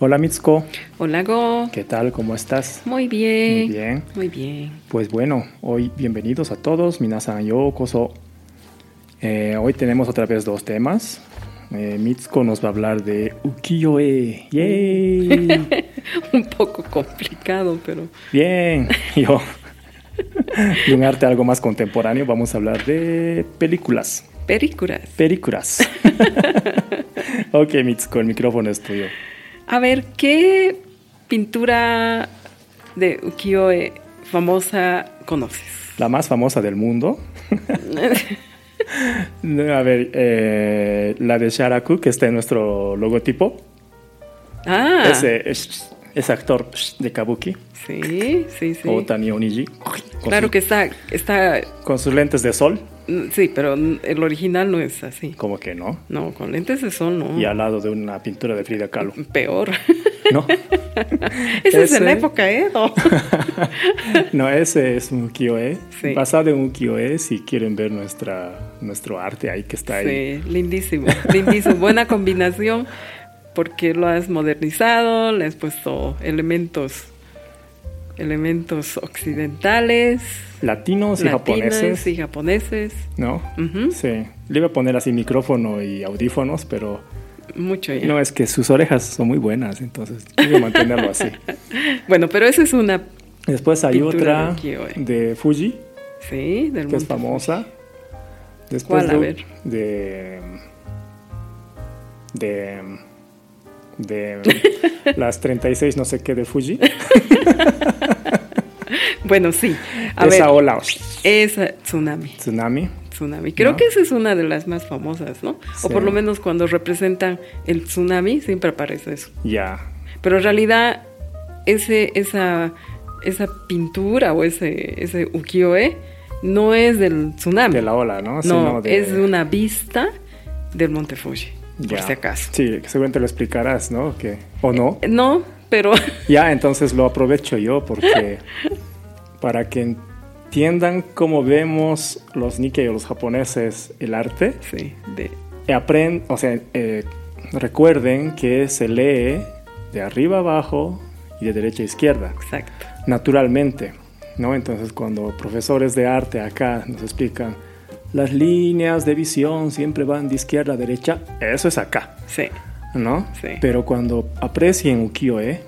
Hola Mitsuko, Hola Go. ¿qué tal? ¿Cómo estás? Muy bien. Muy bien. Muy bien. Pues bueno, hoy bienvenidos a todos, minasan yo, Koso. Eh, hoy tenemos otra vez dos temas. Eh, Mitsuko nos va a hablar de ukiyo-e. ¡Yay! Un poco complicado, pero Bien. Yo. Y un arte algo más contemporáneo, vamos a hablar de películas. películas. Películas. ok, Mitsuko, el micrófono es tuyo. A ver, ¿qué pintura de ukiyo-e famosa conoces? La más famosa del mundo. No, A ver, eh, la de Sharaku, que está en nuestro logotipo. ah, Ese es, es actor de Kabuki, sí, sí, sí. Otani Oniji. Con Claro sus- que está, está, mm, Con sus lentes de sol, sí, pero el original no es así. como que no. No, con lentes de sol no. Y al lado de una pintura de Frida Kahlo. Peor. No, Esa es en la Ese- época ¿eh? Edo. no ese es un ukiyo-e. Sí. Basado en un ukiyo-e, si quieren ver nuestra, nuestro arte ahí que está ahí. Sí, lindísimo, lindísimo. Buena combinación porque lo has modernizado, le has puesto elementos elementos occidentales, Latinos y latinos japoneses. y japoneses. ¿No? Ujú. Sí. Le iba a poner así micrófono y audífonos, pero Mucho ya. no, es que sus orejas son muy buenas, entonces quiero mantenerlo así. Bueno, pero esa es una, Después hay Pintura otra de ukiyo-e. de Fuji, sí, del que es mundo. famosa. Después ¿Cuál? A de, ver. de de de las 36 no sé qué de Fuji. Bueno, sí. A Esa ver, ola esa tsunami, tsunami. tsunami. Creo ¿No? que esa es una de las más famosas, ¿no? O por Sí. lo menos cuando representan el tsunami siempre aparece eso. Ya. Pero en realidad, ese, esa, esa pintura o ese, ese ukiyo-e no es del tsunami. De la ola, ¿no? no, Sino de- es una vista del Monte Fuji, por ya. si acaso. Sí, seguramente lo explicarás, ¿no? Que, o no. No, pero Ya, entonces lo aprovecho yo porque para que entiendan cómo vemos los Nikkei o los japoneses el arte, sí, de, Apren- o sea, eh, recuerden que se lee de arriba abajo y de derecha a izquierda, exacto. naturalmente, ¿no? Entonces, cuando profesores de arte acá nos explican las líneas de visión siempre van de izquierda a derecha, eso es acá, Sí, ¿no? Sí. Pero cuando aprecien ukiyo-e,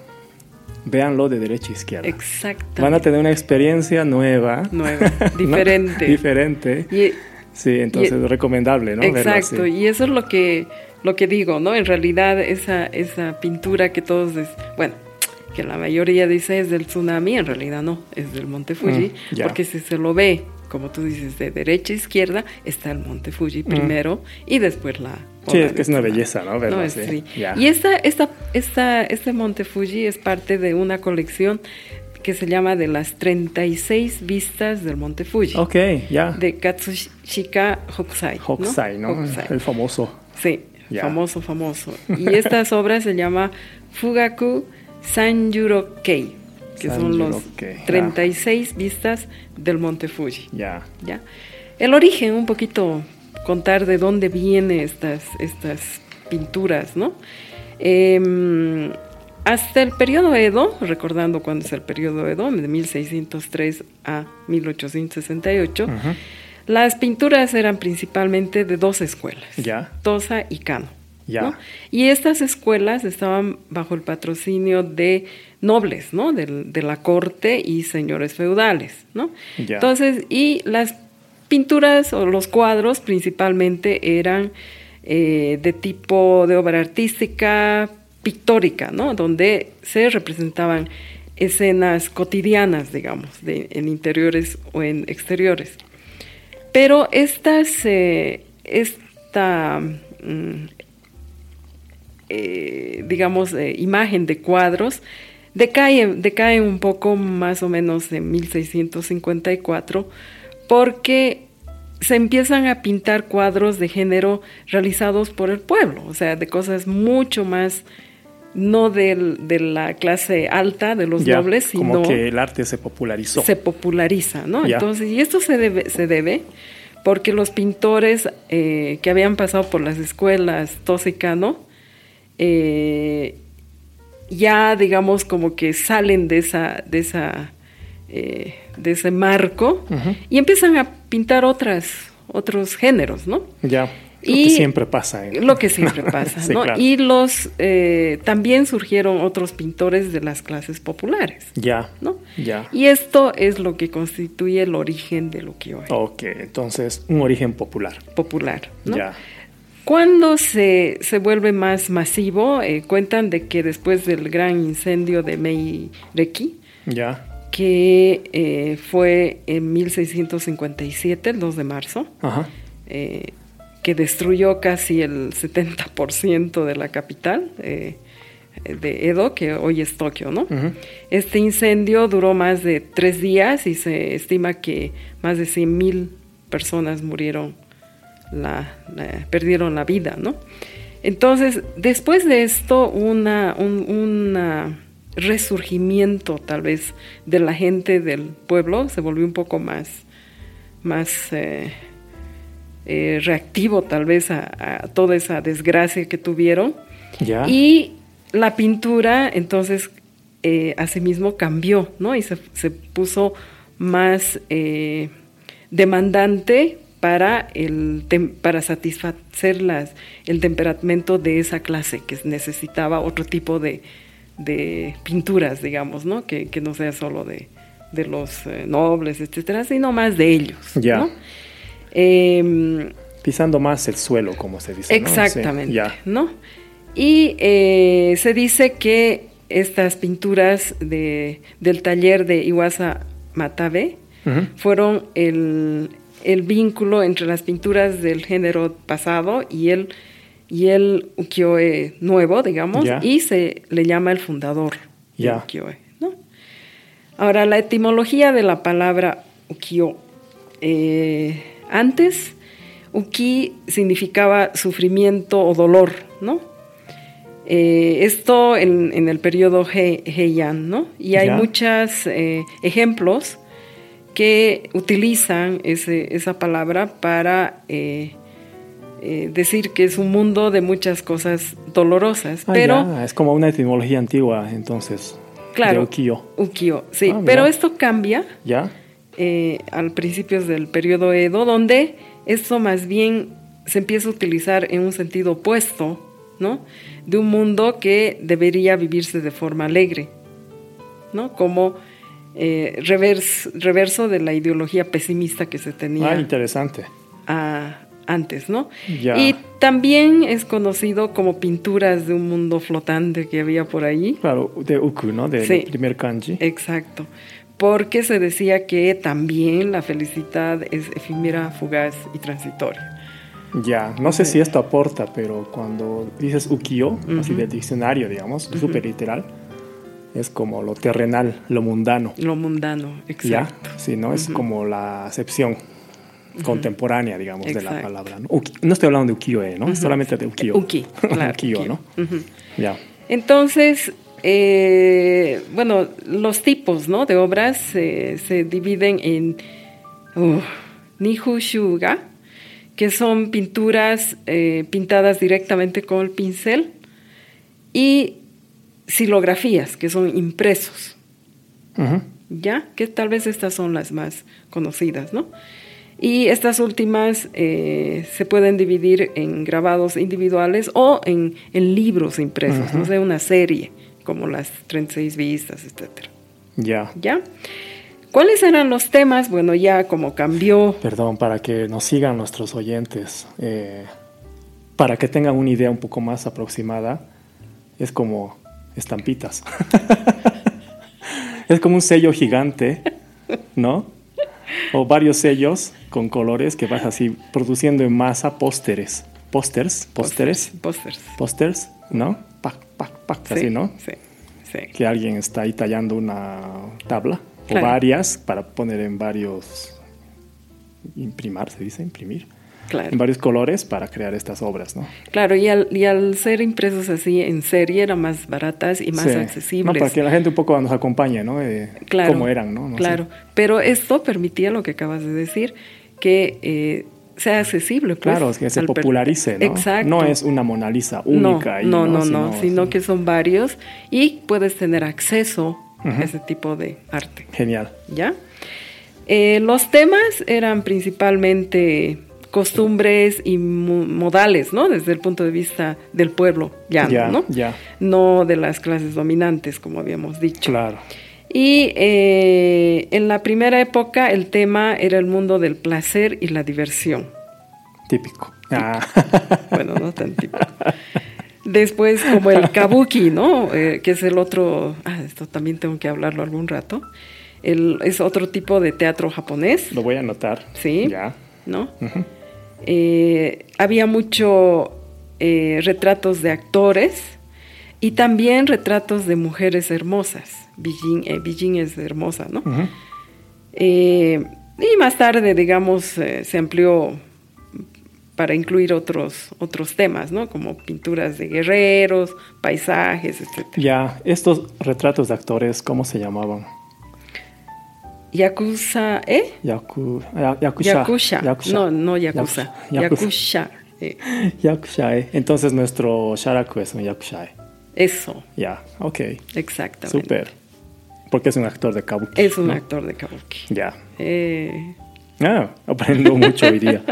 véanlo de derecha a izquierda. exacto. Van a tener una experiencia nueva. Nueva, ¿no? diferente. Diferente. Y- Sí, entonces y- recomendable, ¿no? Verlo así. Exacto, y eso es lo que, lo que digo, ¿no? En realidad esa, esa pintura que todos, des- bueno, que la mayoría dice es del tsunami, en realidad no, es del Monte Fuji, Mm, ya. porque si se lo ve, como tú dices, de derecha a izquierda, está el Monte Fuji primero y después la... Mm. Sí, ola es que es del una tsunami. belleza, ¿no? Verlo No, es- así. sí. Ya. Y esta, esta, esta, este Monte Fuji es parte de una colección que se llama de las 36 vistas del Monte Fuji Ok, ya. de Katsushika Hokusai. ¿no? Hokusai, ¿no? Hokusai. El famoso. Sí, Ya. famoso, famoso. Y estas obras se llama Fugaku Sanjuro-kei, que son los Sanjuro-kei, ya. 36 vistas del Monte Fuji. Ya. ¿ya? El origen, un poquito contar de dónde vienen estas, estas pinturas, ¿no? Em, hasta el periodo Edo, recordando cuándo es el periodo Edo, de 1603 a 1868, Ujú. las pinturas eran principalmente de dos escuelas, Ya. Tosa y Kano. Ya. ¿no? Y estas escuelas estaban bajo el patrocinio de nobles, ¿no? Del- De, la corte y señores feudales, ¿no? Ya. Entonces, y las pinturas o los cuadros principalmente eran eh, de tipo de obra artística pictórica, ¿no? Donde se representaban escenas cotidianas, digamos, de- en interiores o en exteriores. Pero estas, eh, esta, mm, eh, digamos, eh, imagen de cuadros decae, decae un poco más o menos en 1654 porque se empiezan a pintar cuadros de género realizados por el pueblo, o sea, de cosas mucho más, no del- de la clase alta, de los ya. nobles, sino Como que el arte se popularizó. se populariza, ¿no? Ya. Entonces, y esto se debe, se debe porque los pintores eh, que habían pasado por las escuelas tosicano eh, ya digamos como que salen de esa, de esa, eh, de ese marco Ujú. y empiezan a pintar otras, otros géneros, ¿no? Ya. Lo Y- que siempre pasa. ¿eh? Lo que siempre pasa, Sí, ¿no? claro. Y los eh, también surgieron otros pintores de las clases populares, Ya. ¿no? Ya. Y esto es lo que constituye el origen de lo que hoy Ok, entonces un origen popular. popular, ¿no? Ya. Cuando se, se vuelve más masivo, eh, cuentan de que después del gran incendio de Meireki, Ya. que eh, fue en 1657, el 2 de marzo, Ajá. eh, que destruyó casi el 70% de la capital eh, de Edo, que hoy es Tokio, ¿no? Ujú. Este incendio duró más de tres días y se estima que más de 100.000 personas murieron, la, la- perdieron la vida, ¿no? Entonces, después de esto, una, un una resurgimiento tal vez de la gente del pueblo se volvió un poco más, más eh, eh, reactivo tal vez a- a toda esa desgracia que tuvieron. Ya. Y la pintura, entonces, eh, asimismo cambió, ¿no? Y se, se puso más eh, demandante para, el tem- para satisfacer las, el temperamento de esa clase que necesitaba otro tipo de, de pinturas, digamos, ¿no? Que, que no sea solo de, de los eh, nobles, etcétera, sino más de ellos. Ya. ¿no? Em, Pisando más el suelo, como se dice. ¿no? Sí, Exactamente, ¿no? Ya. Y eh, se dice que estas pinturas de- del taller de Iwasa Matabe Ujú. fueron el, el vínculo entre las pinturas del género pasado y el, y el ukiyo-e nuevo, digamos, Ya. y se le llama el fundador del Ya. ukiyo-e, ¿no? Ahora, la etimología de la palabra ukiyo. eh, antes, uki significaba sufrimiento o dolor, ¿no? Eh, esto en, en el periodo Hei- Heian, ¿no? Y hay Ya. muchos ejemplos que utilizan ese- esa palabra para eh, eh, decir que es un mundo de muchas cosas dolorosas. Ah, pero ya, Es como una etimología antigua, entonces. Claro. De ukiyo. Ukiyo, sí. Ah, mira. Pero esto cambia Ya. eh, al principio del periodo Edo, donde esto más bien se empieza a utilizar en un sentido opuesto, ¿no? De un mundo que debería vivirse de forma alegre, ¿no? Como eh, revers- reverso de la ideología pesimista que se tenía Ah, interesante. a- antes, ¿no? Ya. Y también es conocido como pinturas de un mundo flotante que había por allí. Claro, de uku, ¿no? Del Sí. Eh. primer kanji. Exacto. Porque se decía que también la felicidad es efímera, fugaz y transitoria. Ya, no sé si esto aporta, pero cuando dices ukiyo, así del diccionario, digamos, súper literal, es como lo terrenal, lo mundano. Lo mundano, exacto. Ya, sí, ¿no? Es como la acepción contemporánea, digamos, de la Exacto. palabra. ¿no? Uki- no estoy hablando de ukiyo-e, ¿no? Solamente de ukiyo. Uki, claro, ukiyo, ¿no? Ujú. Ya. Entonces, eh, bueno, los tipos ¿no? de obras eh, se dividen en uh, Nihushuga, que son pinturas eh, pintadas directamente con el pincel, y silografías, que son impresos. Ujú. ¿ya? Que tal vez estas son las más conocidas, ¿no? Y estas últimas eh, se pueden dividir en grabados individuales o en, en libros impresos, no sé, una serie, como las 36 vistas, etcétera, Ya. ¿ya? ¿Cuáles eran los temas? Bueno, ya como cambió Perdón, para que nos sigan nuestros oyentes, eh, para que tengan una idea un poco más aproximada, es como estampitas. es como un sello gigante, ¿no? O varios sellos con colores que vas así produciendo en masa pósteres. Pósters, pósteres, pósters. pósters, ¿no? Pac, pac, pac, Sí, así, ¿no? Sí, sí. Que alguien está ahí tallando una tabla Claro. o varias para poner en varios. Imprimar, se dice, imprimir. Claro. En varios colores para crear estas obras, ¿no? Claro, y al, y al ser impresos así en serie eran más baratas y más Sí. accesibles. No, para que la gente un poco nos acompañe, ¿no? Eh, Claro. Cómo eran, ¿no? No sé. claro. Pero esto permitía lo que acabas de decir, que eh, sea accesible. Pues, Claro, es que se al per- popularice, ¿no? Exacto. No es una Mona Lisa No, única. ahí, no, no, no, Sino- sino que son varios y puedes tener acceso Ujú. a ese tipo de arte, Genial. ¿ya? Eh, los temas eran principalmente costumbres y mo- modales, ¿no? Desde el punto de vista del pueblo llano, ya, ¿no? ya, No de las clases dominantes, como habíamos dicho. claro. Y eh, en la primera época el tema era el mundo del placer y la diversión. Típico. Ah, Bueno, no tan típico. Después como el kabuki, ¿no? Eh, que es el otro, ah, esto también tengo que hablarlo algún rato. El, es otro tipo de teatro japonés, lo voy a anotar. Sí. Ya. ¿no? Ujú. Eh, había mucho eh, retratos de actores y también retratos de mujeres hermosas. Bijin, eh, Bijin es hermosa, ¿no? Ujú. Eh, y más tarde, digamos, eh, se amplió para incluir otros, otros temas, ¿no? Como pinturas de guerreros, paisajes, etc. Ya, estos retratos de actores, ¿cómo se llamaban? Yakuza, ¿eh? Yaku, ya- yakusha. Yakusha. Yakusha. No, no Yakuza. Yakusha. Yakusha. eh, Yakusha, eh. Entonces nuestro Sharaku es un Yakusha. eh. eso, Ya, ok. exactamente. Súper. Porque es un actor de kabuki. Es un ¿no? actor de kabuki. Ya. Eh, Ah, aprendo mucho hoy día.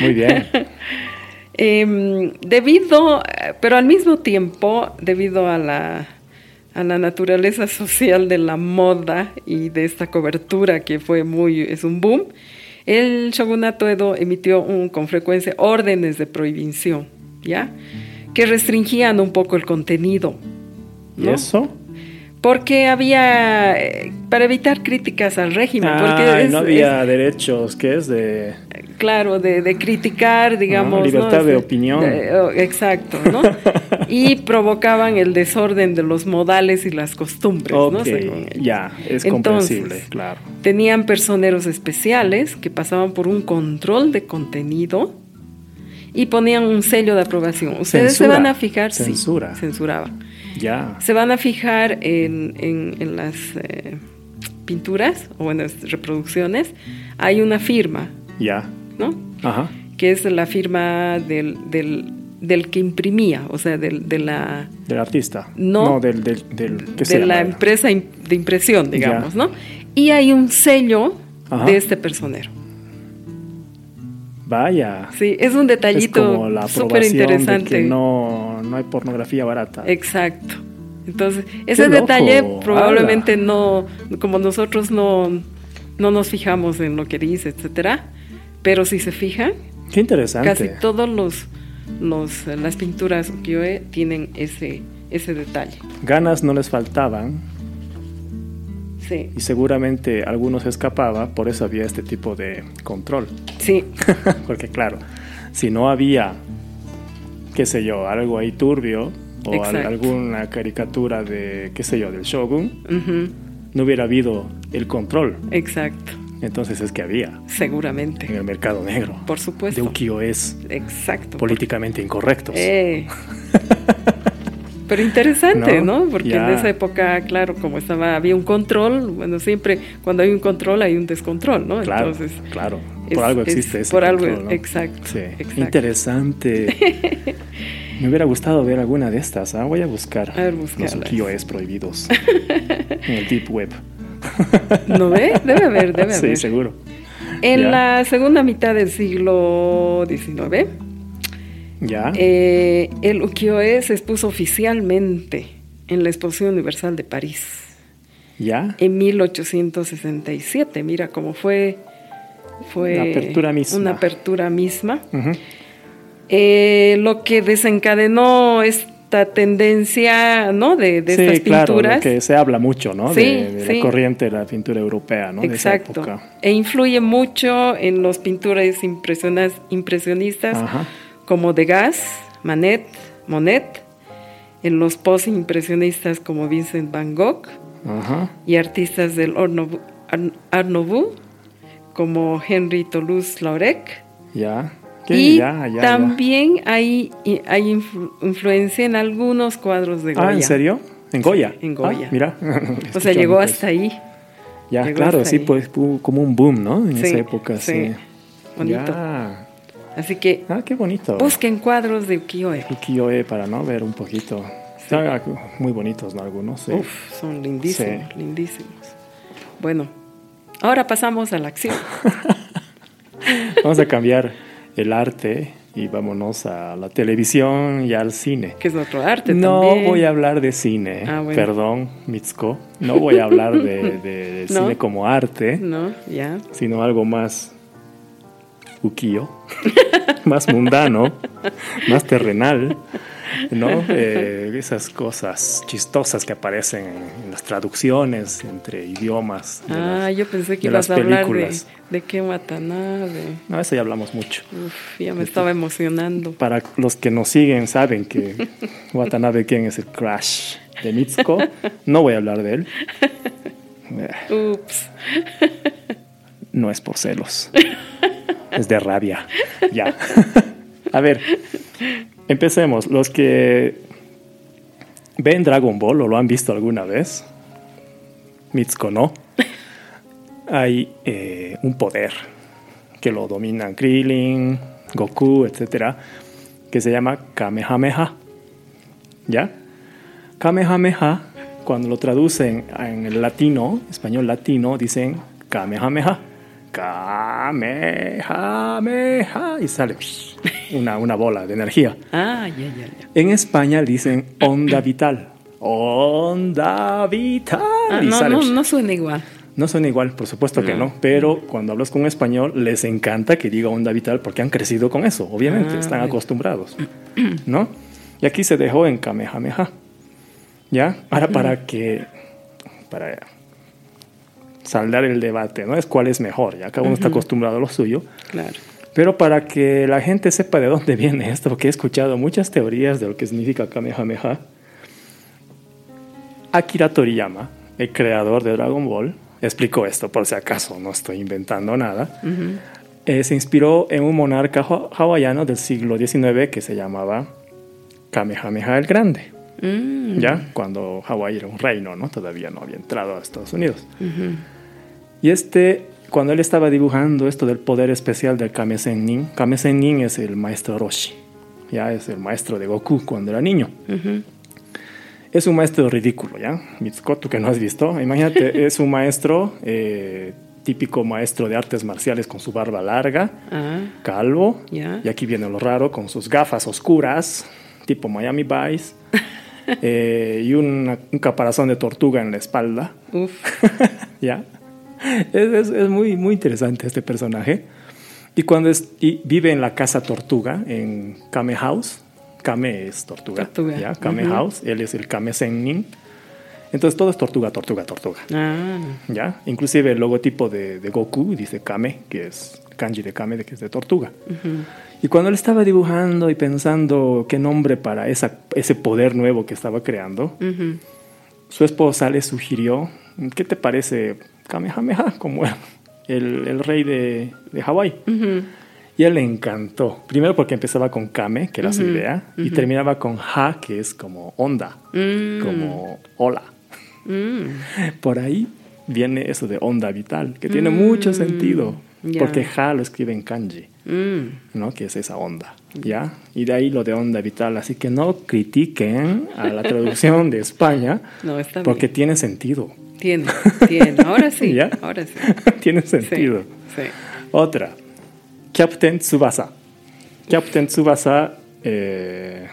Muy bien. Em, debido, eh, pero al mismo tiempo, debido a la, a la naturaleza social de la moda y de esta cobertura que fue muy, es un boom, el shogunato Edo emitió un- con frecuencia órdenes de prohibición, ¿ya? Que restringían un poco el contenido. ¿Y ¿no? eso? Porque había, eh, para evitar críticas al régimen, porque Ay, es- no había derechos, que es de... claro, de, de criticar, digamos. Ah, libertad ¿no? de Este, opinión. de- oh, exacto, ¿no? y provocaban el desorden de los modales y las costumbres, ok, Pues ¿no? Según ellos. ya, es Entonces, comprensible, claro. Tenían personeros especiales que pasaban por un control de contenido y ponían un sello de aprobación. Ustedes Censura, se van a fijar, sí, censura. censuraban. Ya, Se van a fijar en, en- en las eh, pinturas o en las reproducciones. Hay una firma, ya, ¿no? ajá, que es la firma del, del, del que imprimía, o sea, del, de la, del artista. No. del, del, del- ¿qué se de la llama? empresa im- de impresión, digamos, Ya. ¿no? Y hay un sello Ajá. de este personero. Vaya, Sí, es un es como la detallito súper aprobación de interesante. que no, no hay pornografía barata. Eh, Exacto. Entonces, ese loco! detalle probablemente no, como nosotros no, no nos fijamos en lo que dice, etcétera, pero si se fijan, Qué interesante. casi todos los, los las pinturas ukiyo-e tienen ese ese detalle. Ganas no les faltaban Sí, y seguramente algunos escapaba, por eso había este tipo de control. sí, Porque claro, si no había, qué sé yo, algo ahí turbio o al- Exacto. alguna caricatura de, qué sé yo, del Shogun, ujú, no hubiera habido el control. exacto, Entonces es que había en seguramente, el mercado negro. por supuesto. de ukiyo es Exacto. políticamente incorrectos. Eh. Pero interesante, No, ¿no? Porque ya. en esa época, claro, como estaba, había un control, bueno, siempre cuando hay un control hay un descontrol, ¿no? claro, Entonces, claro. es- Por algo es- existe ese por algo- control, ¿no? exacto, Sí. exacto. Interesante. Me hubiera gustado ver alguna de estas. ah, Voy a buscar A ver, los búscalas. ukiyo-es prohibidos en el deep web. ¿no ve? Eh, Debe haber, debe sí, haber. seguro. en ya. la segunda mitad del siglo XIX, Ya. eh, el ukiyo-e se expuso oficialmente en la Exposición Universal de París. ya. en 1867. Mira cómo fue, fue La apertura misma. una apertura misma. Ujú. Eh, lo que desencadenó esta tendencia, ¿no? De, de estas sí, claro, lo pinturas. que se habla mucho, ¿no? Sí, de de sí. la corriente de la pintura europea, ¿no? De Exacto. esa época. E influye mucho en los pintores impresionas- impresionistas Ajá. como Degas, Manet, Monet, en los post impresionistas como Vincent Van Gogh. Ajá. y artistas del Art Nouveau- Ar- Art Nouveau, como Henry Toulouse-Laurec. Ya. ¿Qué? Y ya, ya, ya. también hay, y- hay influ- influencia en algunos cuadros de Goya. Ah, ¿en serio? ¿En Goya? en Goya. Ah, mira. O sea, llegó hasta ahí. Ya, llegó claro, hasta sí, ahí. pues hubo como un boom, ¿no? En Sí, esa época, sí. sí. Bonito. Ya. Así que Ah, qué bonito. busquen cuadros de ukiyo-e. Ukiyo-e eh, para no ver un poquito. Están ah, muy bonitos, ¿no? Algunos. Sí. Uf, son lindísimos, lindísimos. Bueno, ahora pasamos a la acción. Vamos a cambiar el arte y vámonos a la televisión y al cine. que es otro arte No también. voy a hablar de cine, Ah, bueno. perdón, Mitsuko. No voy a hablar de, de- de No. cine como arte, No, ya. sino algo más ukiyo, más mundano, más terrenal, ¿no? Eh, esas cosas chistosas que aparecen en, en las traducciones entre idiomas. de Ah, las- yo pensé que de ibas las a hablar de, películas. de qué Watanabe. No, eso ya hablamos mucho. Uf, ya me Este estaba emocionando. Para los que nos siguen saben que Watanabe Ken es el crash de Mitsuko. No voy a hablar de él. Eh, Ups. No es por celos. Es de rabia. Ya. A ver, empecemos. Los que ven Dragon Ball o lo han visto alguna vez, Mitsuko no, hay eh, un poder que lo dominan Krillin, Goku, etcétera, que se llama Kamehameha. ¿Ya? Kamehameha, cuando lo traducen en el latino, español latino, dicen Kamehameha. Kamehameha. Y sale psh, una, una bola de energía. Ah, ya, ya, ya. En España le dicen onda vital. Onda vital. Ah, y no, sale, no, psh. no suena igual. No suena igual, por supuesto que no, pero cuando hablas con un español les encanta que diga onda vital porque han crecido con eso, obviamente, Ah, están bueno. acostumbrados, ¿no? Y aquí se dejó en Kamehameha, ¿ya? Ahora para que, para saldar el debate, ¿no? Es cuál es mejor, ya cada uno está acostumbrado a lo suyo, Claro. pero para que la gente sepa de dónde viene esto, porque he escuchado muchas teorías de lo que significa Kamehameha, Akira Toriyama, el creador de Dragon Ball, explicó esto, por si acaso no estoy inventando nada. Eh, se inspiró en un monarca ha- hawaiano del siglo XIX que se llamaba Kamehameha el Grande, Mm, ¿ya? Cuando Hawái era un reino, ¿no? Todavía no había entrado a Estados Unidos. Y este, cuando él estaba dibujando esto del poder especial del Kame Sennin, Kame Sennin es el maestro Roshi, ya es el maestro de Goku cuando era niño. ujú. Es un maestro ridículo, ¿ya? Mitsuko, tú que no has visto, imagínate, es un maestro, eh, típico maestro de artes marciales con su barba larga, Ah, calvo, Ya. y aquí viene lo raro, con sus gafas oscuras, tipo Miami Vice, eh, y una- un caparazón de tortuga en la espalda. uf. ¿Ya? Es, es- es muy, muy interesante este personaje. Y cuando es- y vive en la casa tortuga, en Kame House. Kame es tortuga. Tortuga, ¿ya? Kame ujú. House. Él es el Kame Sennin. Entonces todo es tortuga, tortuga, tortuga. Ah, ¿ya? Inclusive el logotipo de, de Goku dice Kame, que es kanji de Kame, de que es de tortuga. ujú. Y cuando él estaba dibujando y pensando qué nombre para esa, ese poder nuevo que estaba creando, Ujú. su esposa le sugirió, ¿qué te parece Kamehameha? Como el, el rey de, de Hawái. Ujú. Y a él le encantó. Primero porque empezaba con Kame, que era su Ujú, idea, y terminaba con Ha, que es como onda, Mm, como hola. mm. Por ahí viene eso de onda vital, que tiene mucho sentido, Mm, ya. porque Ha lo escribe en kanji. Mm, ¿no? Que es esa onda, ¿ya? Y de ahí lo de onda vital. Así que no critiquen a la traducción de España, No, está porque bien. tiene sentido. Tiene, tiene. Ahora sí. ¿Ya? Ahora sí. tiene Sí, sentido. sí. Otra, Captain Tsubasa. Captain Tsubasa, eh,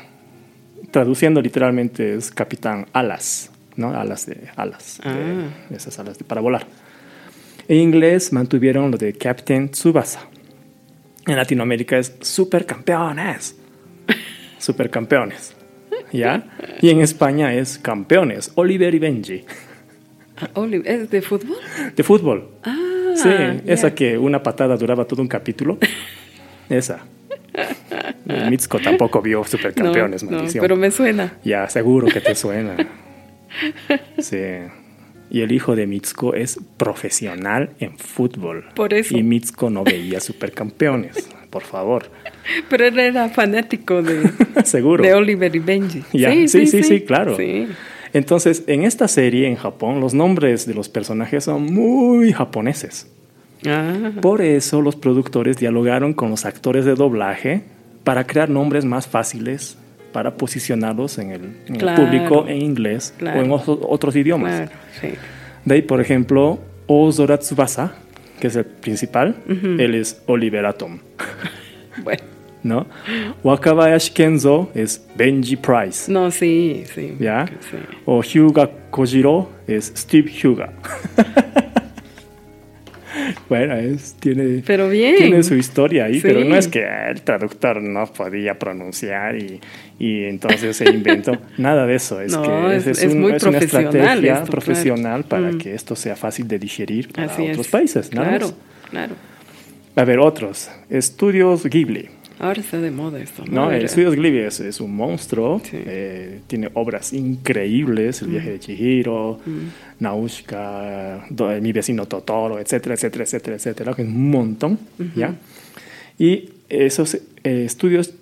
traduciendo literalmente, es Capitán Alas, ¿no? Alas de alas, de- Ah. esas alas de- para volar. En inglés mantuvieron lo de Captain Tsubasa. En Latinoamérica es Supercampeones. Supercampeones. ¿Ya? Y en España es Campeones, Oliver y Benji. Ah, Olive, ¿es de fútbol? De fútbol. Ah, Sí, ya. esa que una patada duraba todo un capítulo. Esa. El Mitsuko tampoco vio supercampeones, no, maldición. pero me suena. Ya, seguro que te suena. Sí. Y el hijo de Mitsuko es profesional en fútbol. Por eso. Y Mitsuko no veía supercampeones, por favor. Pero él era fanático de, Seguro. de Oliver y Benji. Ya, sí, sí, sí, claro. Sí. Entonces, en esta serie en Japón, los nombres de los personajes son muy japoneses. Ah, Por eso los productores dialogaron con los actores de doblaje para crear nombres más fáciles para posicionarlos en el, en el Claro. público en inglés Claro. o en oso- otros idiomas. claro, sí. De ahí, por ejemplo, Ozora Tsubasa, que es el principal, él es Oliver Atom, Bueno, ¿no? Wakabayashi Kenzo es Benji Price, no, sí, sí. ¿ya? Sí. O Hyuga Kojiro es Steve Hyuga. bueno, es, tiene... Pero bien. Tiene su historia ahí, Sí. pero no es que el traductor no podía pronunciar y, y entonces se inventó. Nada de eso. Es No, que es- es muy una profesional estrategia esto, profesional claro. para Mm. que esto sea fácil de digerir para Así otros es. países. nada claro, más. claro. A ver, otros. Estudios Ghibli. Ahora está de moda esto. No, Era- el Estudios Ghibli es, es un monstruo. Sí. eh, tiene obras increíbles: El viaje de Chihiro, Naushka, Do- eh, Mi vecino Totoro, etcétera, etcétera, etcétera, etcétera, que es un montón. ¿ya? Y esos eh, estudios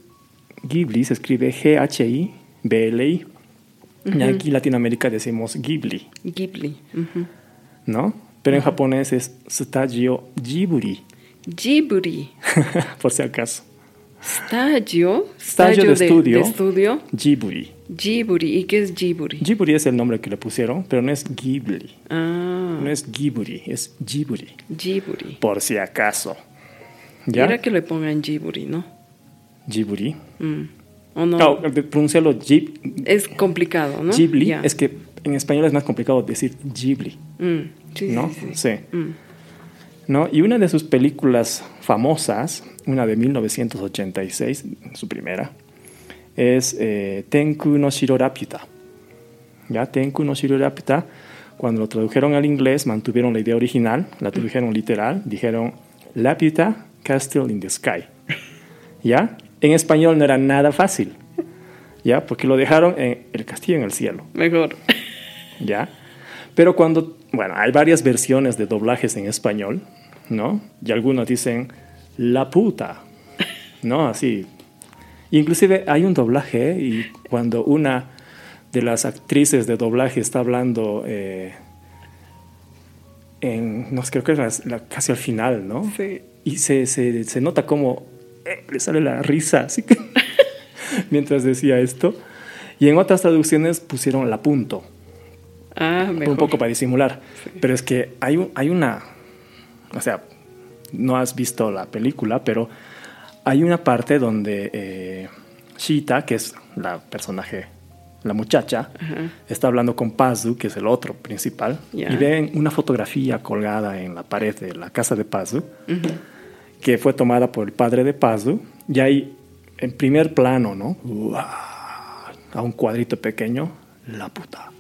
Ghibli se escribe G-H-I-B-L-I. Y aquí en Latinoamérica decimos Ghibli, Ghibli. ujú. ¿no? Pero en japonés es Studio Ghibli, Ghibli. por si acaso. Stadio. Stadio de estudio. de estudio. Ghibli. Ghibli. ¿Y qué es Ghibli? Ghibli es el nombre que le pusieron, pero no es Ghibli. ah, No es Ghibli, es Ghibli. Ghibli. Por si acaso. ¿Ya? Era que le pongan Ghibli, ¿no? Ghibli. Mm. ¿O no? No, de pronunciarlo Ghib- Es complicado, ¿no? Ghibli. Ya. Es que en español es más complicado decir Ghibli, Mm, sí, ¿no? sí, sí. Sí. Mm. ¿No? Y una de sus películas famosas, una de 1986, su primera, es eh, Tenku no Shiro Raputa. ¿Ya? Tenku no Shiro Raputa, cuando lo tradujeron al inglés, mantuvieron la idea original, la Mm. tradujeron literal, dijeron Laputa Castle in the Sky. ¿Ya? En español no era nada fácil, ¿ya? Porque lo dejaron en el castillo en el cielo. Mejor. ¿ya? Pero cuando, bueno, hay varias versiones de doblajes en español, ¿no? Y algunos dicen, la puta, ¿no? Así. Inclusive hay un doblaje ¿eh? y cuando una de las actrices de doblaje está hablando eh, en, no sé, creo que era la- casi al final, ¿no? Sí. Y se, se- se nota como eh, le sale la risa, así que mientras decía esto. Y en otras traducciones pusieron la punto Ah, mejor. un poco para disimular. Pero es que hay, un- hay una, o sea, no has visto la película, pero hay una parte donde eh, Shita, que es la personaje, la muchacha, Ajá. está hablando con Pazu, que es el otro principal, Ya. y ven una fotografía colgada en la pared de la casa de Pazu, que fue tomada por el padre de Pazu, y ahí, en primer plano, ¿no? Uah, a un cuadrito pequeño, la puta.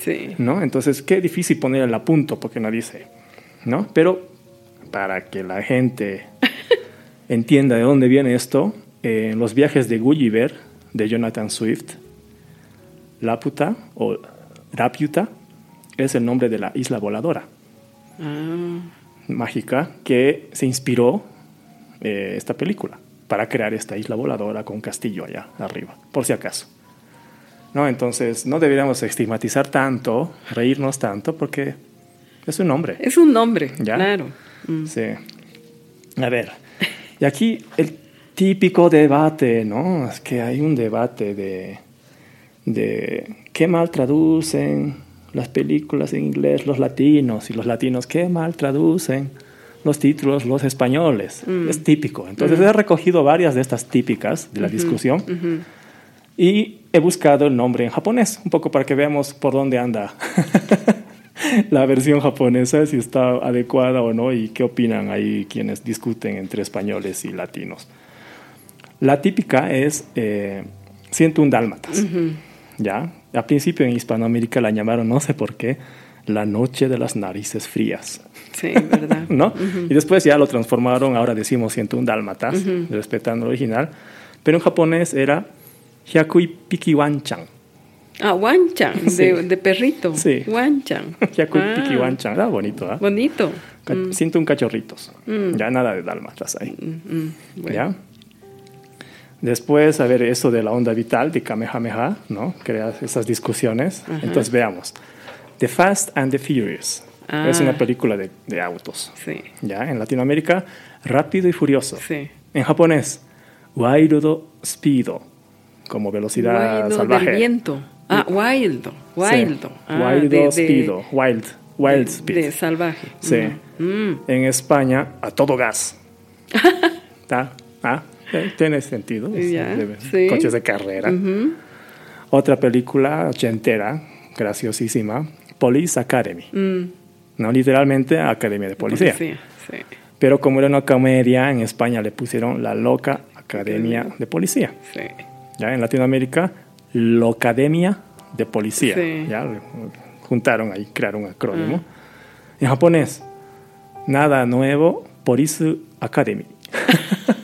Sí. ¿no? Entonces, qué difícil poner el apunto porque no dice, ¿no? Pero para que la gente entienda de dónde viene esto, eh, en los viajes de Gulliver, de Jonathan Swift, Laputa o Raputa es el nombre de la isla voladora Ah, mágica que se inspiró eh, esta película para crear esta isla voladora con un castillo allá arriba, por si acaso. ¿No? Entonces, no deberíamos estigmatizar tanto, reírnos tanto, porque es un nombre. es un nombre, Ya. claro. Mm. Sí. A ver, y aquí el típico debate, ¿no? Es que hay un debate de, de qué mal traducen las películas en inglés los latinos y los latinos qué mal traducen los títulos los españoles. Es típico. Entonces he recogido varias de estas típicas de la discusión y he buscado el nombre en japonés, un poco para que veamos por dónde anda la versión japonesa, si está adecuada o no y qué opinan ahí quienes discuten entre españoles y latinos. La típica es eh, 101 dálmatas. ¿ya? Al principio en Hispanoamérica la llamaron, no sé por qué, la noche de las narices frías. Mm, Sí, verdad. ¿no? Y después ya lo transformaron, ahora decimos 101 dálmatas, respetando el original, pero en japonés era Hyakui Pikiwanchan. Ah, Wanchan, de, Sí. de perrito. Sí. Wanchan. Hyakui Ah, Pikiwanchan, era bonito, ¿ah? Bonito. Ca- 101 cachorritos, ya nada de dálmatas ahí, Mm, bueno. ¿ya? Después, a ver, eso de la onda vital, de Kamehameha, ¿no? Creas esas discusiones. Entonces, veamos. The Fast and the Furious. Ah. Es una película de, de autos. Sí, Ya, en Latinoamérica, Rápido y Furioso. sí. En japonés, Wild Speedo, como velocidad Wildo salvaje. del viento. Ah, wildo, wildo. Sí. Ah, Wild de- de- Speedo, Wild, de- Wild Speed. De salvaje. Sí. Mm. En España, a todo gas. ¿Está? ¿Ah? eh, Tiene sentido. es Ya, de- sí. Coches de carrera. Ujú. Otra película ochentera, graciosísima, Police Academy. Mm. No, literalmente Academia de Policía. Policía, sí. Pero como era una comedia, en España le pusieron la loca Academia de Policía. Sí. Ya en Latinoamérica, Locademia de Policía. Sí. Mm. Ya le- juntaron ahí, crearon un acrónimo. En japonés, nada nuevo, Police Academy.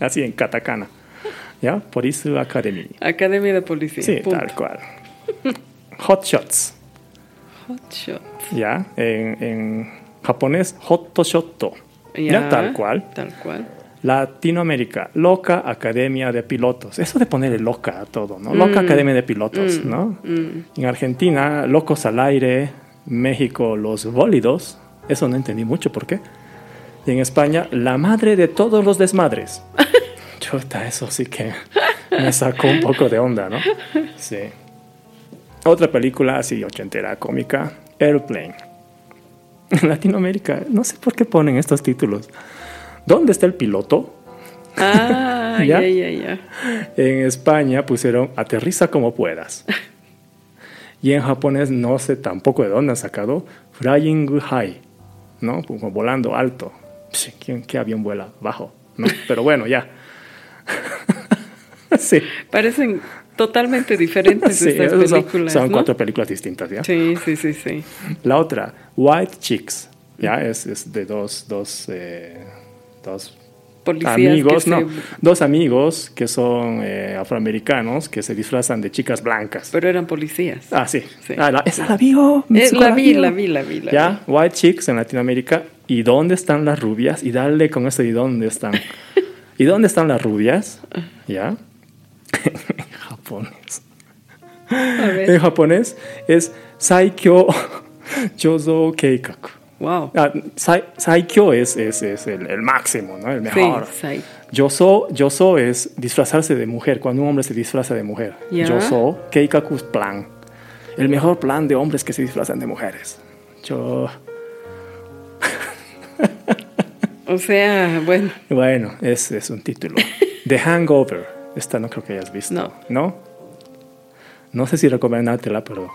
Así en katakana. ¿Ya? Police Academy. Academia de Policía. Sí, punto. tal cual. Hot Shots. Hot shot. ¿Ya? En, en japonés, Hot Shot. ya tal cual. Tal cual. Latinoamérica, Loca Academia de Pilotos. Eso de ponerle loca a todo, ¿no? Loca Academia de Pilotos, ¿no? En Argentina, Locos al Aire, México, Los Bólidos. Eso no entendí mucho por qué. Y en España, La Madre de Todos los Desmadres. Chuta, eso sí que me sacó un poco de onda, ¿no? Sí. Otra película así ochentera cómica, Airplane. En Latinoamérica, no sé por qué ponen estos títulos. ¿Dónde está el piloto? Ah, ¿Ya? ya, ya, ya. En España pusieron aterriza como puedas. Y en japonés no sé tampoco de dónde han sacado flying high, ¿no? Como volando alto. Psh, ¿Quién, ¿Qué avión vuela? Bajo, ¿no? Pero bueno, ya. sí, Parecen totalmente diferentes sí, estas esos son- películas. son ¿no? cuatro películas distintas, ¿ya? Sí, sí, sí, sí. La otra, White Chicks, ¿ya? Es, es de dos, dos, eh, dos Policías amigos, que no, se- dos amigos que son eh, afroamericanos que se disfrazan de chicas blancas. Pero eran policías. Ah, sí. Sí. Ah, la- esa la vio. Eh, Mitsuko la vi, vio. la vi, la vi, la Ya, White Chicks en Latinoamérica. ¿Y dónde están las rubias? Y dale con eso, ¿y dónde están? ¿Y dónde están las rubias? Ah. Ya. en japonés. vi. A ver. En japonés es Saikyo Chozo Keikaku. Wow. Ah, sai- Saikyo es, es, es el, el máximo, ¿no? El Sí, mejor. sí. Yoso, yoso es disfrazarse de mujer, cuando un hombre se disfraza de mujer. Ya. Yoso, keikaku es plan. El mejor plan de hombres que se disfrazan de mujeres. Yo, O sea, bueno, bueno, ese es un título. The Hangover. Esta no creo que hayas visto. No. ¿No? No sé si recomendártela, pero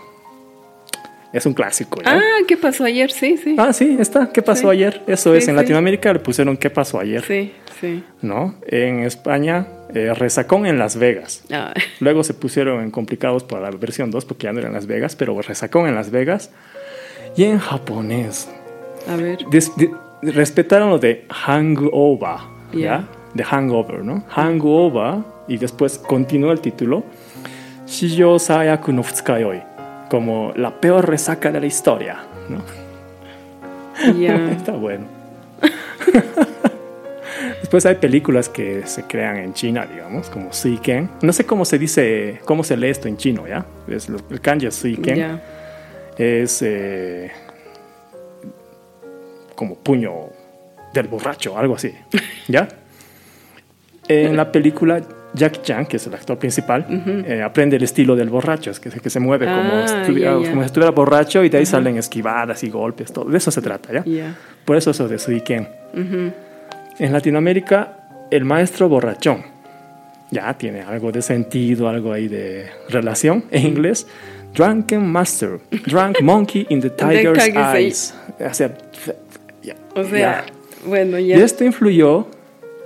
es un clásico. ¿ya? Ah, ¿qué pasó ayer? Sí, sí. Ah, sí, está. ¿Qué pasó Sí. ayer? Eso Sí, es. En sí. Latinoamérica le pusieron ¿Qué pasó ayer? Sí, sí. ¿No? En España, eh, Resacón en Las Vegas. Ah, Luego se pusieron en complicados para la versión 2 porque ya no era en Las Vegas, pero resacó en Las Vegas. Y en japonés. a ver. Des- de- respetaron lo de hangover, ¿ya? Ya. De hangover, ¿no? Hangover. Y después continúa el título. Shijo Sayaku no Futsukayoi. Como la peor resaca de la historia, ¿no? Ya. Está bueno. Después hay películas que se crean en China, digamos, como Suiken. No sé cómo se dice, cómo se lee esto en chino, ¿ya? Es lo- el kanji Suiken Ya. es eh, como puño del borracho, algo así, ¿ya? En la película, Jackie Chan, que es el actor principal, eh, aprende el estilo del borracho, es que, que se mueve como, Ah, estuviera, ya, ya. como si estuviera borracho y de ahí salen esquivadas y golpes, todo. De eso se trata, ¿ya? Ya. Por eso eso de Suiken. En Latinoamérica, el maestro borrachón. Ya tiene algo de sentido, algo ahí de relación. En inglés, Drunken Master, Drunk Monkey in the Tiger's tiger's Eyes. O sea, ya, O sea, ya. bueno, Y ya. esto influyó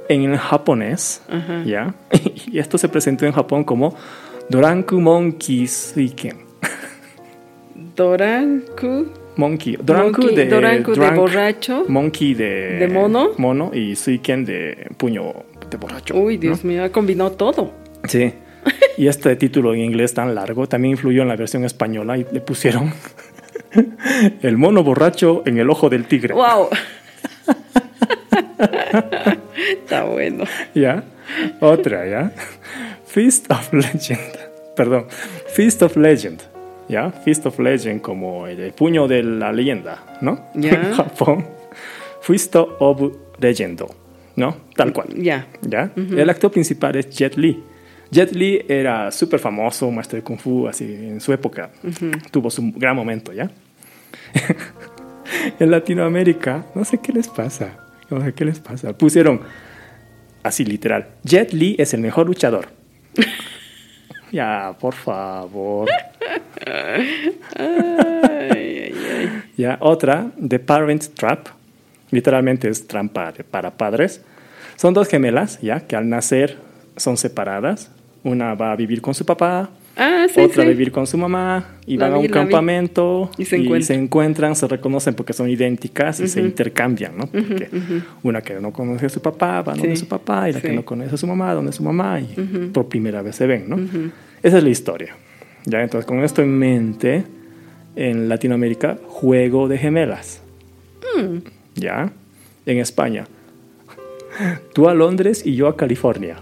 en el japonés, Ajá. ¿ya? Y esto se presentó en Japón como Doranku Monkey Suiken. Doranku. Monkey. Doranku Monkey- de, Doranku de drunk, borracho. Monkey de, De mono. mono y Suiken de puño de borracho. Uy, ¿no? Dios mío, ha combinado todo. Sí. Y este título en inglés tan largo también influyó en la versión española y le pusieron El mono borracho en el ojo del tigre. Wow. Está bueno. ¿Ya? Otra, ¿ya? Feast of Legend. Perdón. Feast of Legend. ¿ya? Fist of Legend, como el, el puño de la leyenda, ¿no? Ya. En Japón, Fist of Legend, ¿no? Tal cual. Ya. ¿ya? El actor principal es Jet Li. Jet Li era súper famoso, maestro de Kung Fu, así en su época. Tuvo su gran momento, ¿ya? en Latinoamérica, no sé qué les pasa. No sé qué les pasa. Pusieron así literal: Jet Li es el mejor luchador. ya, por favor. Ay, ay, ay. Ya, otra, The Parent Trap, literalmente es trampa de- para padres. Son dos gemelas, ya, que al nacer son separadas. Una va a vivir con su papá, Ah, sí, otra sí. a vivir con su mamá, y La van a vi, un la vi. campamento Y se encuentran. encuentran, se reconocen porque son idénticas y se intercambian, ¿no? Porque una que no conoce a su papá va a donde Sí, su papá y la que sí. no conoce a su mamá donde su mamá y por primera vez se ven, ¿no? Esa es la historia. Ya, entonces con esto en mente, en Latinoamérica, juego de gemelas. Mm. Ya, en España, tú a Londres y yo a California.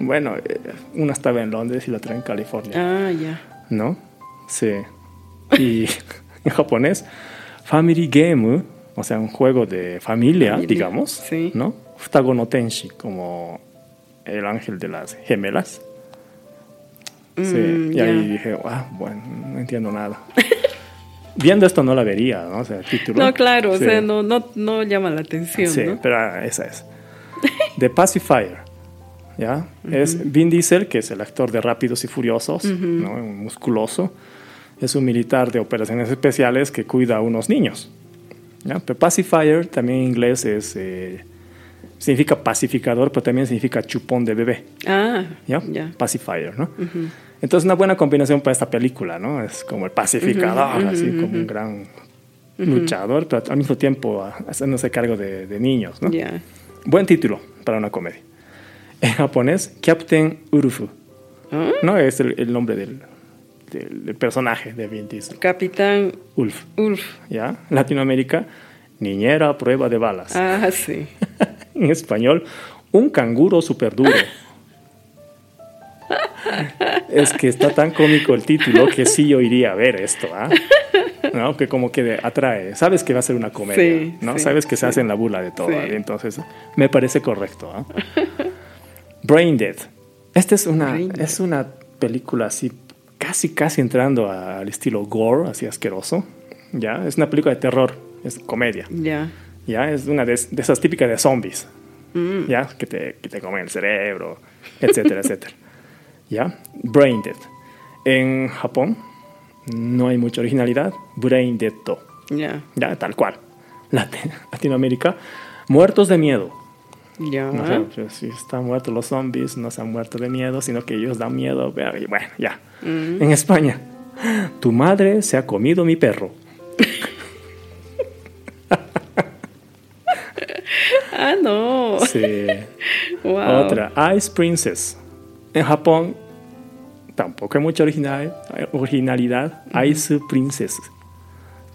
Bueno, eh, una estaba en Londres y la otra en California. Ah, ya. ¿no? Sí. Y en japonés, Family Game, o sea, un juego de familia, Familia, digamos, sí. ¿no? Futago no Tenshi, como el ángel de las gemelas. Sí, Mm, y ahí ya. dije, ah, bueno, no entiendo nada. Viendo esto no la vería, ¿no? O sea, el título. No, claro, o Sí. sea, no, no, no llama la atención, Sí, ¿no? pero ah, esa es. The Pacifier. ¿Ya? Es Vin Diesel, que es el actor de Rápidos y Furiosos, ¿no? Un musculoso. Es un militar de operaciones especiales que cuida a unos niños. ¿ya? Pero pacifier también en inglés es, eh, significa pacificador, pero también significa chupón de bebé. Ah, ¿ya? ya. Pacifier, ¿no? Entonces, una buena combinación para esta película, ¿no? Es como el pacificador, así como un gran luchador, pero al mismo tiempo ah, haciéndose cargo de, de niños, ¿no? Ya. Buen título para una comedia. En japonés, Captain Urufu, Ah, ¿no? Es el, el nombre del, del- del personaje de Vin Diesel, Capitán Ulf, Ulf. ¿ya? Latinoamérica, niñera a prueba de balas. Ah, sí. En español, un canguro super duro. es que está tan cómico el título que sí yo iría a ver esto, ¿ah? ¿No? Que como que atrae. Sabes que va a ser una comedia, Sí, ¿no? sí, Sabes que se sí. hacen la burla de todo. Sí. ¿ah? Entonces, me parece correcto, ¿ah? Brain Dead. Esta es una, Brain Dead. es una película así, casi, casi entrando a- al estilo gore, así asqueroso. ¿Ya? Es una película de terror, es comedia. Ya. ¿ya? Es una de, de esas típicas de zombies, Mm. ¿ya? Que te, que te comen el cerebro, etcétera, etcétera. ¿Ya? Brain Dead. En Japón no hay mucha originalidad. Brain Dead to, Ya. ¿ya? Tal cual. Lati- Latinoamérica, muertos de miedo. Ya. O sea, pues, si están muertos los zombies, no se han muerto de miedo, sino que ellos dan miedo. pero- y Bueno, ya. En España, tu madre se ha comido mi perro. Ah, no. Sí. Wow. Otra, Ice Princess. En Japón tampoco hay mucha original- eh, originalidad. Ice Princess.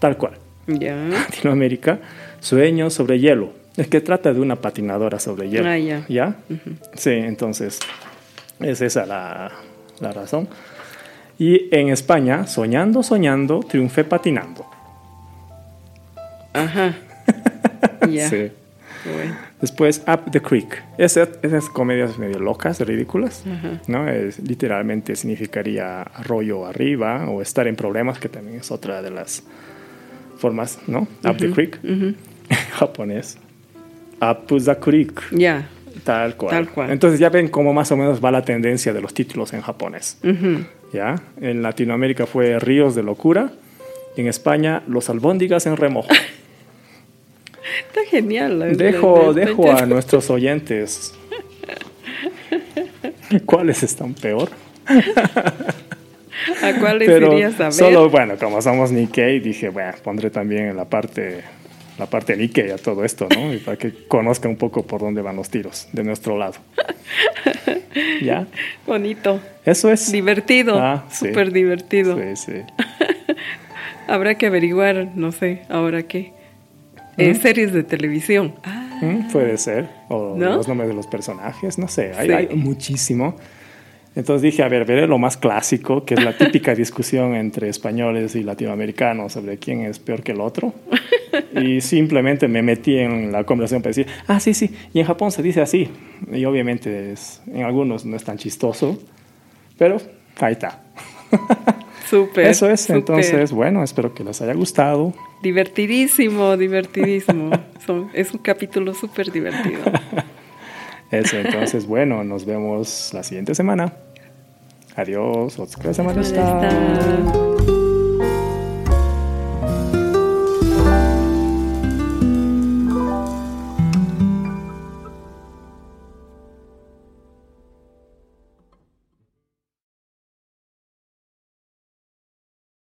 Tal cual. Ya. Latinoamérica, Sueños sobre hielo. Es que trata de una patinadora sobre hielo. Ah, ya. Sí, entonces es esa la, la razón. Y en España, soñando, soñando, triunfé patinando. Ajá. Ya. Sí. Bueno. Después Up the Creek. Esa- esas comedias medio locas, ridículas, ¿no? Es- literalmente significaría arroyo arriba o estar en problemas, que también es otra de las formas, ¿no? Up the Creek. Japonés. Up the Creek. Ya. Tal cual. Tal cual. Entonces ya ven cómo más o menos va la tendencia de los títulos en japonés. Ujú. ¿Ya? En Latinoamérica fue Ríos de Locura. En España, Los Albóndigas en Remojo. Está genial. la- la- Dejo, la- dejo a nuestros oyentes. ¿Cuáles están peor? ¿A cuál les Pero irías a ver? solo, bueno, como somos Nikkei, dije, bueno, pondré también la parte, la parte Nikkei a todo esto, ¿no? Y para que conozca un poco por dónde van los tiros de nuestro lado. ¿Ya? Bonito. Eso es. Divertido. Ah, sí. Súper divertido. Sí, sí. Habrá que averiguar, no sé, ahora qué. Eh, Series de televisión. Ah, Mm, Puede ser. O ¿No? los nombres de los personajes, no sé. Hay, Sí. hay muchísimo. Entonces dije, a ver, veré lo más clásico, que es la típica discusión entre españoles y latinoamericanos sobre quién es peor que el otro. Y simplemente me metí en la conversación para decir, ah, sí, sí, y en Japón se dice así. Y obviamente es, en algunos no es tan chistoso, pero ahí está. Súper. Eso es, súper. entonces, bueno, espero que les haya gustado. Divertidísimo, divertidísimo. Son- es un capítulo súper divertido. Eso, entonces, bueno, nos vemos la siguiente semana. Adiós, otra semana. Ahí está.